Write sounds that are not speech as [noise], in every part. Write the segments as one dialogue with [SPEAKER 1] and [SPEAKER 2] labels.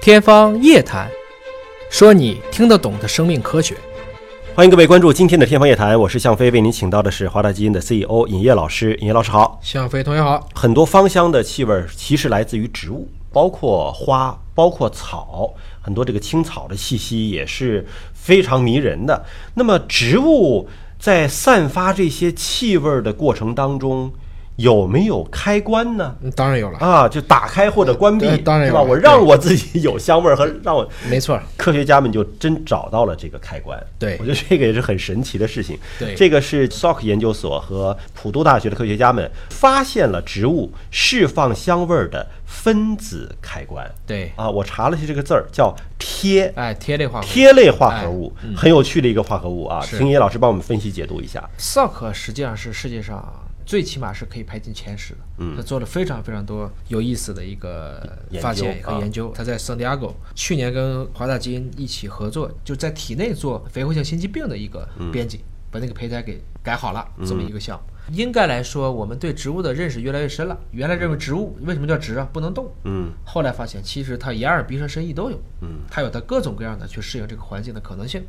[SPEAKER 1] 天方夜谭，说你听得懂的生命科学。
[SPEAKER 2] 欢迎各位关注今天的《天方夜谭》，我是向飞，为您请到的是华大基因的 CEO 尹烨老师。尹烨老师好。
[SPEAKER 1] 向飞同学好，
[SPEAKER 2] 很多芳香的气味儿其实来自于植物，包括花，包括草，很多这个青草的气息也是非常迷人的。那么，植物在散发这些气味儿的过程当中，有没有开关呢？
[SPEAKER 1] 嗯当然有了，
[SPEAKER 2] 啊，就打开或者关闭
[SPEAKER 1] 呃，当然
[SPEAKER 2] 是
[SPEAKER 1] 有
[SPEAKER 2] 吧？
[SPEAKER 1] 了
[SPEAKER 2] 我让我自己有香味儿和让我
[SPEAKER 1] 没错儿，
[SPEAKER 2] 科学家们就真找到了这个开关。
[SPEAKER 1] 对
[SPEAKER 2] 我觉得这个也是很神奇的事情。
[SPEAKER 1] 对
[SPEAKER 2] 这个是 Salk 研究所和普渡大学的科学家们发现了植物释放香味儿的分子开关。
[SPEAKER 1] 对，
[SPEAKER 2] 啊，我查了一下这个字儿，叫贴。
[SPEAKER 1] 哎，贴类化合物
[SPEAKER 2] 贴类化合物、很有趣的一个化合物啊，
[SPEAKER 1] 哎嗯是
[SPEAKER 2] 请野老师帮我们分析解读一下。
[SPEAKER 3] Sock 实际上是世界上最起码是可以排进前十的。嗯，他做了非常非常多有意思的一个
[SPEAKER 2] 研
[SPEAKER 3] 发
[SPEAKER 2] 究
[SPEAKER 3] 现和
[SPEAKER 2] 啊
[SPEAKER 3] 研究。他在圣地亚哥去年跟华大基因一起合作，就在体内做肥厚性心肌病的一个
[SPEAKER 1] 嗯
[SPEAKER 3] 编辑，把那个胚胎给改好了，这么一个项目。应该来说，我们对植物的认识越来越深了。原来认为植物为什么叫植啊，不能动。
[SPEAKER 2] 嗯，
[SPEAKER 3] 后来发现，其实它眼耳鼻舌身意都有，嗯，它有它各种各样的去适应这个环境的可能性。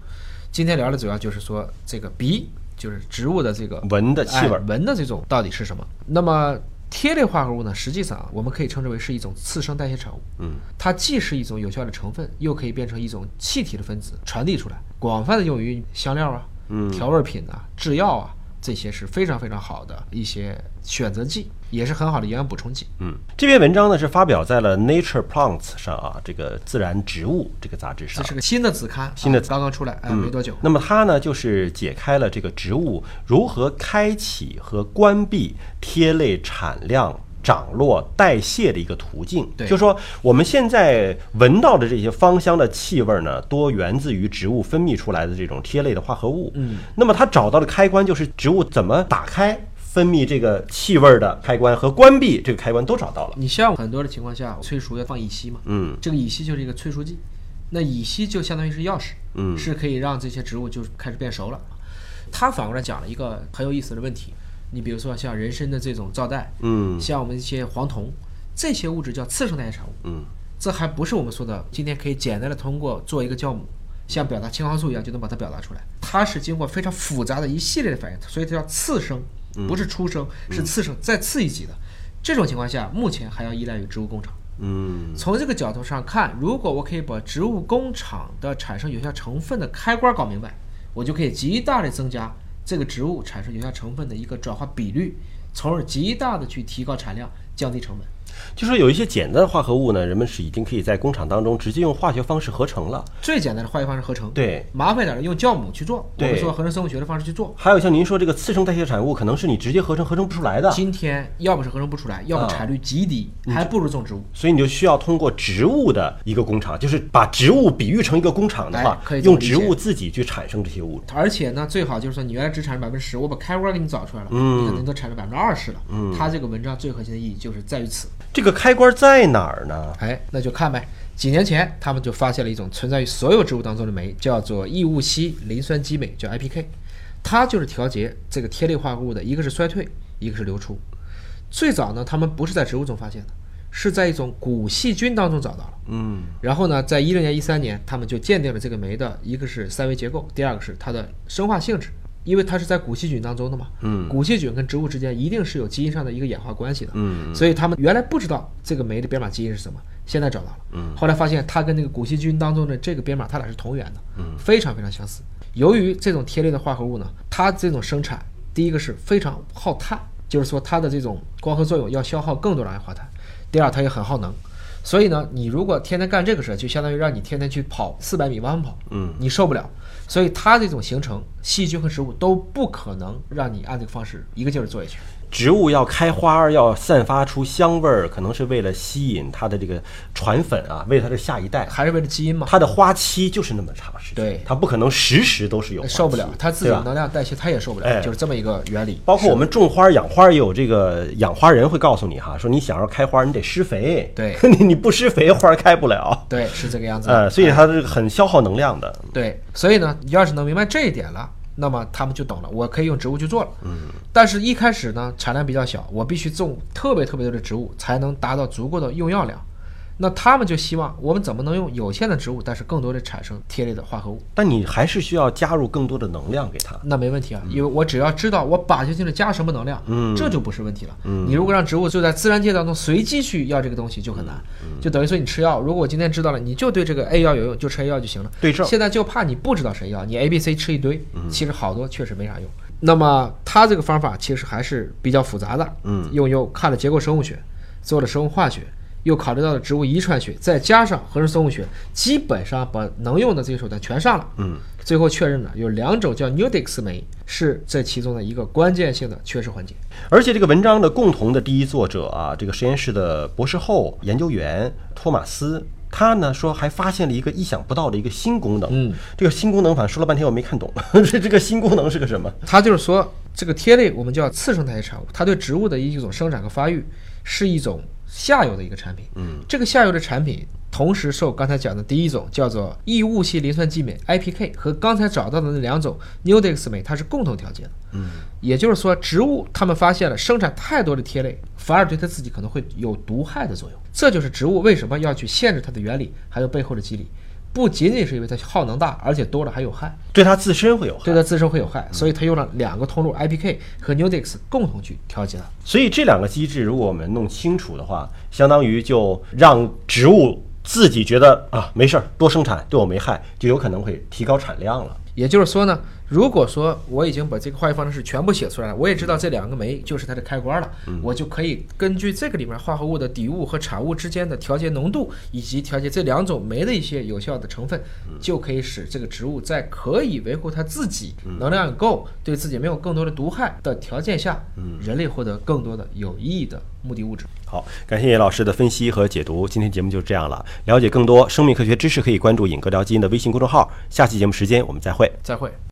[SPEAKER 3] 今天聊的主要就是说，这个鼻就是植物的这个
[SPEAKER 2] 闻的气味
[SPEAKER 3] 哎闻的这种到底是什么？那么贴类化合物呢，实际上啊我们可以称之为是一种次生代谢产物，
[SPEAKER 2] 嗯，
[SPEAKER 3] 它既是一种有效的成分，又可以变成一种气体的分子传递出来，广泛的用于香料啊、嗯、调味品啊、制药啊。这些是非常非常好的一些选择剂，也是很好的营养补充剂。
[SPEAKER 2] 嗯，这篇文章呢是发表在了《Nature Plants》上啊，这个自然植物这个杂志上
[SPEAKER 3] 这。是个新的子刊，
[SPEAKER 2] 新的嗯
[SPEAKER 3] 啊、刚刚出来，哎，没多久。
[SPEAKER 2] 那么它呢，就是解开了这个植物如何开启和关闭萜类产量。涨落代谢的一个途径，
[SPEAKER 3] 对
[SPEAKER 2] 就说我们现在闻到的这些芳香的气味呢，多源自于植物分泌出来的这种萜类的化合物。嗯，那么它找到的开关就是植物怎么打开分泌这个气味的开关和关闭这个开关都找到了。
[SPEAKER 3] 你像很多的情况下，催熟要放乙烯嘛，
[SPEAKER 2] 嗯，
[SPEAKER 3] 这个乙烯就是一个催熟剂，那乙烯就相当于是钥匙，嗯，是可以让这些植物就开始变熟了。他反过来讲了一个很有意思的问题，你比如说像人参的这种皂带，
[SPEAKER 2] 嗯，
[SPEAKER 3] 像我们一些黄酮，这些物质叫次生代谢产物，
[SPEAKER 2] 嗯，
[SPEAKER 3] 这还不是我们说的今天可以简单的通过做一个酵母，像表达青蒿素一样就能把它表达出来。它是经过非常复杂的一系列的反应，所以它叫次生，不是初生，是次生再次一级的。这种情况下，目前还要依赖于植物工厂。
[SPEAKER 2] 嗯
[SPEAKER 3] 从这个角度上看，如果我可以把植物工厂的产生有效成分的开关搞明白，我就可以极大的增加这个植物产生有效成分的一个转化比率，从而极大的去提高产量，降低成本。
[SPEAKER 2] 就说有一些简单的化合物呢，人们是已经可以在工厂当中直接用化学方式合成了。
[SPEAKER 3] 最简单的化学方式合成，
[SPEAKER 2] 对，
[SPEAKER 3] 麻烦点的用酵母去做，我
[SPEAKER 2] 对
[SPEAKER 3] 们说合成生物学的方式去做。
[SPEAKER 2] 还有像您说这个次生代谢产物，可能是你直接合成合成不出来的，
[SPEAKER 3] 今天要不是合成不出来，要
[SPEAKER 2] 啊嗯
[SPEAKER 3] 不产率极低，还不如种植物。
[SPEAKER 2] 所以你就需要通过植物的一个工厂，就是把植物比喻成一个工厂的话
[SPEAKER 3] 哎可，以这么
[SPEAKER 2] 用
[SPEAKER 3] 理
[SPEAKER 2] 植
[SPEAKER 3] 解
[SPEAKER 2] 物自己去产生这些物质。
[SPEAKER 3] 而且呢，最好就是说你原来只产生百分之十，我把开关给你找出来了，
[SPEAKER 2] 嗯
[SPEAKER 3] 你可能都产生百分之二十了。嗯，它这个文章最核心的意义就是在于此。
[SPEAKER 2] 这个开关在哪儿呢？
[SPEAKER 3] 哎，那就看呗。几年前，他们就发现了一种存在于所有植物当中的酶，叫做异戊烯磷酸基酶，叫 IPK。它就是调节这个萜类化合物的，一个是衰退，一个是流出。最早呢，他们不是在植物中发现的，是在一种古细菌当中找到了。
[SPEAKER 2] 嗯，
[SPEAKER 3] 然后呢，在一零年、一三年，他们就鉴定了这个酶的一个是三维结构，第二个是它的生化性质，因为它是在古细菌当中的嘛。嗯，古细菌跟植物之间一定是有基因上的一个演化关系的。嗯，所以他们原来不知道这个酶的编码基因是什么，现在找到了。嗯，后来发现它跟那个古细菌当中的这个编码，它俩是同源的，嗯，非常非常相似。由于这种贴类的化合物呢，它这种生产，第一个是非常耗碳，就是说它的这种光合作用要消耗更多的二氧化碳；第二，它也很耗能。所以呢，你如果天天干这个事儿，就相当于让你天天去跑四百米弯弯跑，嗯，你受不了。所以它这种形成，细菌和植物都不可能让你按这个方式一个劲儿地做下去。
[SPEAKER 2] 植物要开花儿，要散发出香味儿，可能是为了吸引它的这个传粉啊，为它的下一代。
[SPEAKER 3] 还是为了基因嘛，
[SPEAKER 2] 它的花期就是那么长时间，
[SPEAKER 3] 对
[SPEAKER 2] 它不可能时时都是有花期，
[SPEAKER 3] 受不了，它自己
[SPEAKER 2] 对吧
[SPEAKER 3] 的能量代谢它也受不了，
[SPEAKER 2] 哎
[SPEAKER 3] 就是这么一个原理。
[SPEAKER 2] 包括我们种花养花也有这个养花人会告诉你哈，说你想要开花，你得施肥，
[SPEAKER 3] 对
[SPEAKER 2] [laughs] 你你不施肥花儿开
[SPEAKER 3] [laughs]
[SPEAKER 2] 不了，
[SPEAKER 3] 对，是这个样子的。
[SPEAKER 2] 呃，所以它是很消耗能量的。
[SPEAKER 3] 对，所以呢，你要是能明白这一点了，那么他们就懂了，我可以用植物去做了。嗯，但是一开始呢，产量比较小，我必须种特别特别多的植物，才能达到足够的用药量。那他们就希望我们怎么能用有限的植物，但是更多的产生萜类的化合物？
[SPEAKER 2] 但你还是需要加入更多的能量给它。
[SPEAKER 3] 那没问题啊，因为我只要知道我靶向性的加什么能量，这就不是问题了。你如果让植物就在自然界当中随机去要这个东西，就很难。就等于说你吃药，如果我今天知道了，你就对这个 A 药有用，就吃 A 药就行了。
[SPEAKER 2] 对症
[SPEAKER 3] 现在就怕你不知道谁要，你 A、B、C 吃一堆，其实好多确实没啥用。那么它这个方法其实还是比较复杂的，嗯，又又看了结构生物学，做了生物化学，又考虑到了植物遗传学，再加上合成生物学，基本上把能用的这些手段全上了，嗯，最后确认了有两种叫 Nudix 酶是这其中的一个关键性的缺失环节。
[SPEAKER 2] 而且这个文章的共同的第一作者啊，这个实验室的博士后研究员托马斯。他呢说还发现了一个意想不到的一个新功能，嗯，这个新功能反正说了半天我没看懂， [laughs] 这这个新功能是个什么？
[SPEAKER 3] 它就是说，这个萜类我们叫次生态系产物，它对植物的一种生长和发育是一种下游的一个产品。嗯，这个下游的产品同时受刚才讲的第一种叫做异物系磷酸基酶 IPK 和刚才找到的那两种 Nudix 酶，它是共同调节的。嗯，也就是说，植物它们发现了生产太多的萜类，反而对它自己可能会有毒害的作用。这就是植物为什么要去限制它的原理，还有背后的机理。不仅仅是因为它耗能大，而且多了还有害。
[SPEAKER 2] 对它自身会有害。
[SPEAKER 3] 对它自身会有害，所以它用了两个通路 IPK 和 Nudix 共同去调节它。
[SPEAKER 2] 所以这两个机制，如果我们弄清楚的话，相当于就让植物自己觉得啊没事儿，多生产对我没害，就有可能会提高产量了。
[SPEAKER 3] 也就是说呢，如果说我已经把这个化学方程式全部写出来了，我也知道这两个酶就是它的开关了，我就可以根据这个里面化合物的底物和产物之间的调节浓度，以及调节这两种酶的一些有效的成分，就可以使这个植物在可以维护它自己能量也够，对自己没有更多的毒害的条件下，人类获得更多的有意义的目的物质。
[SPEAKER 2] 好，感谢叶老师的分析和解读。今天节目就是这样了。了解更多生命科学知识，可以关注“尹哥聊基因”的微信公众号。下期节目时间我们再会。
[SPEAKER 3] 再会。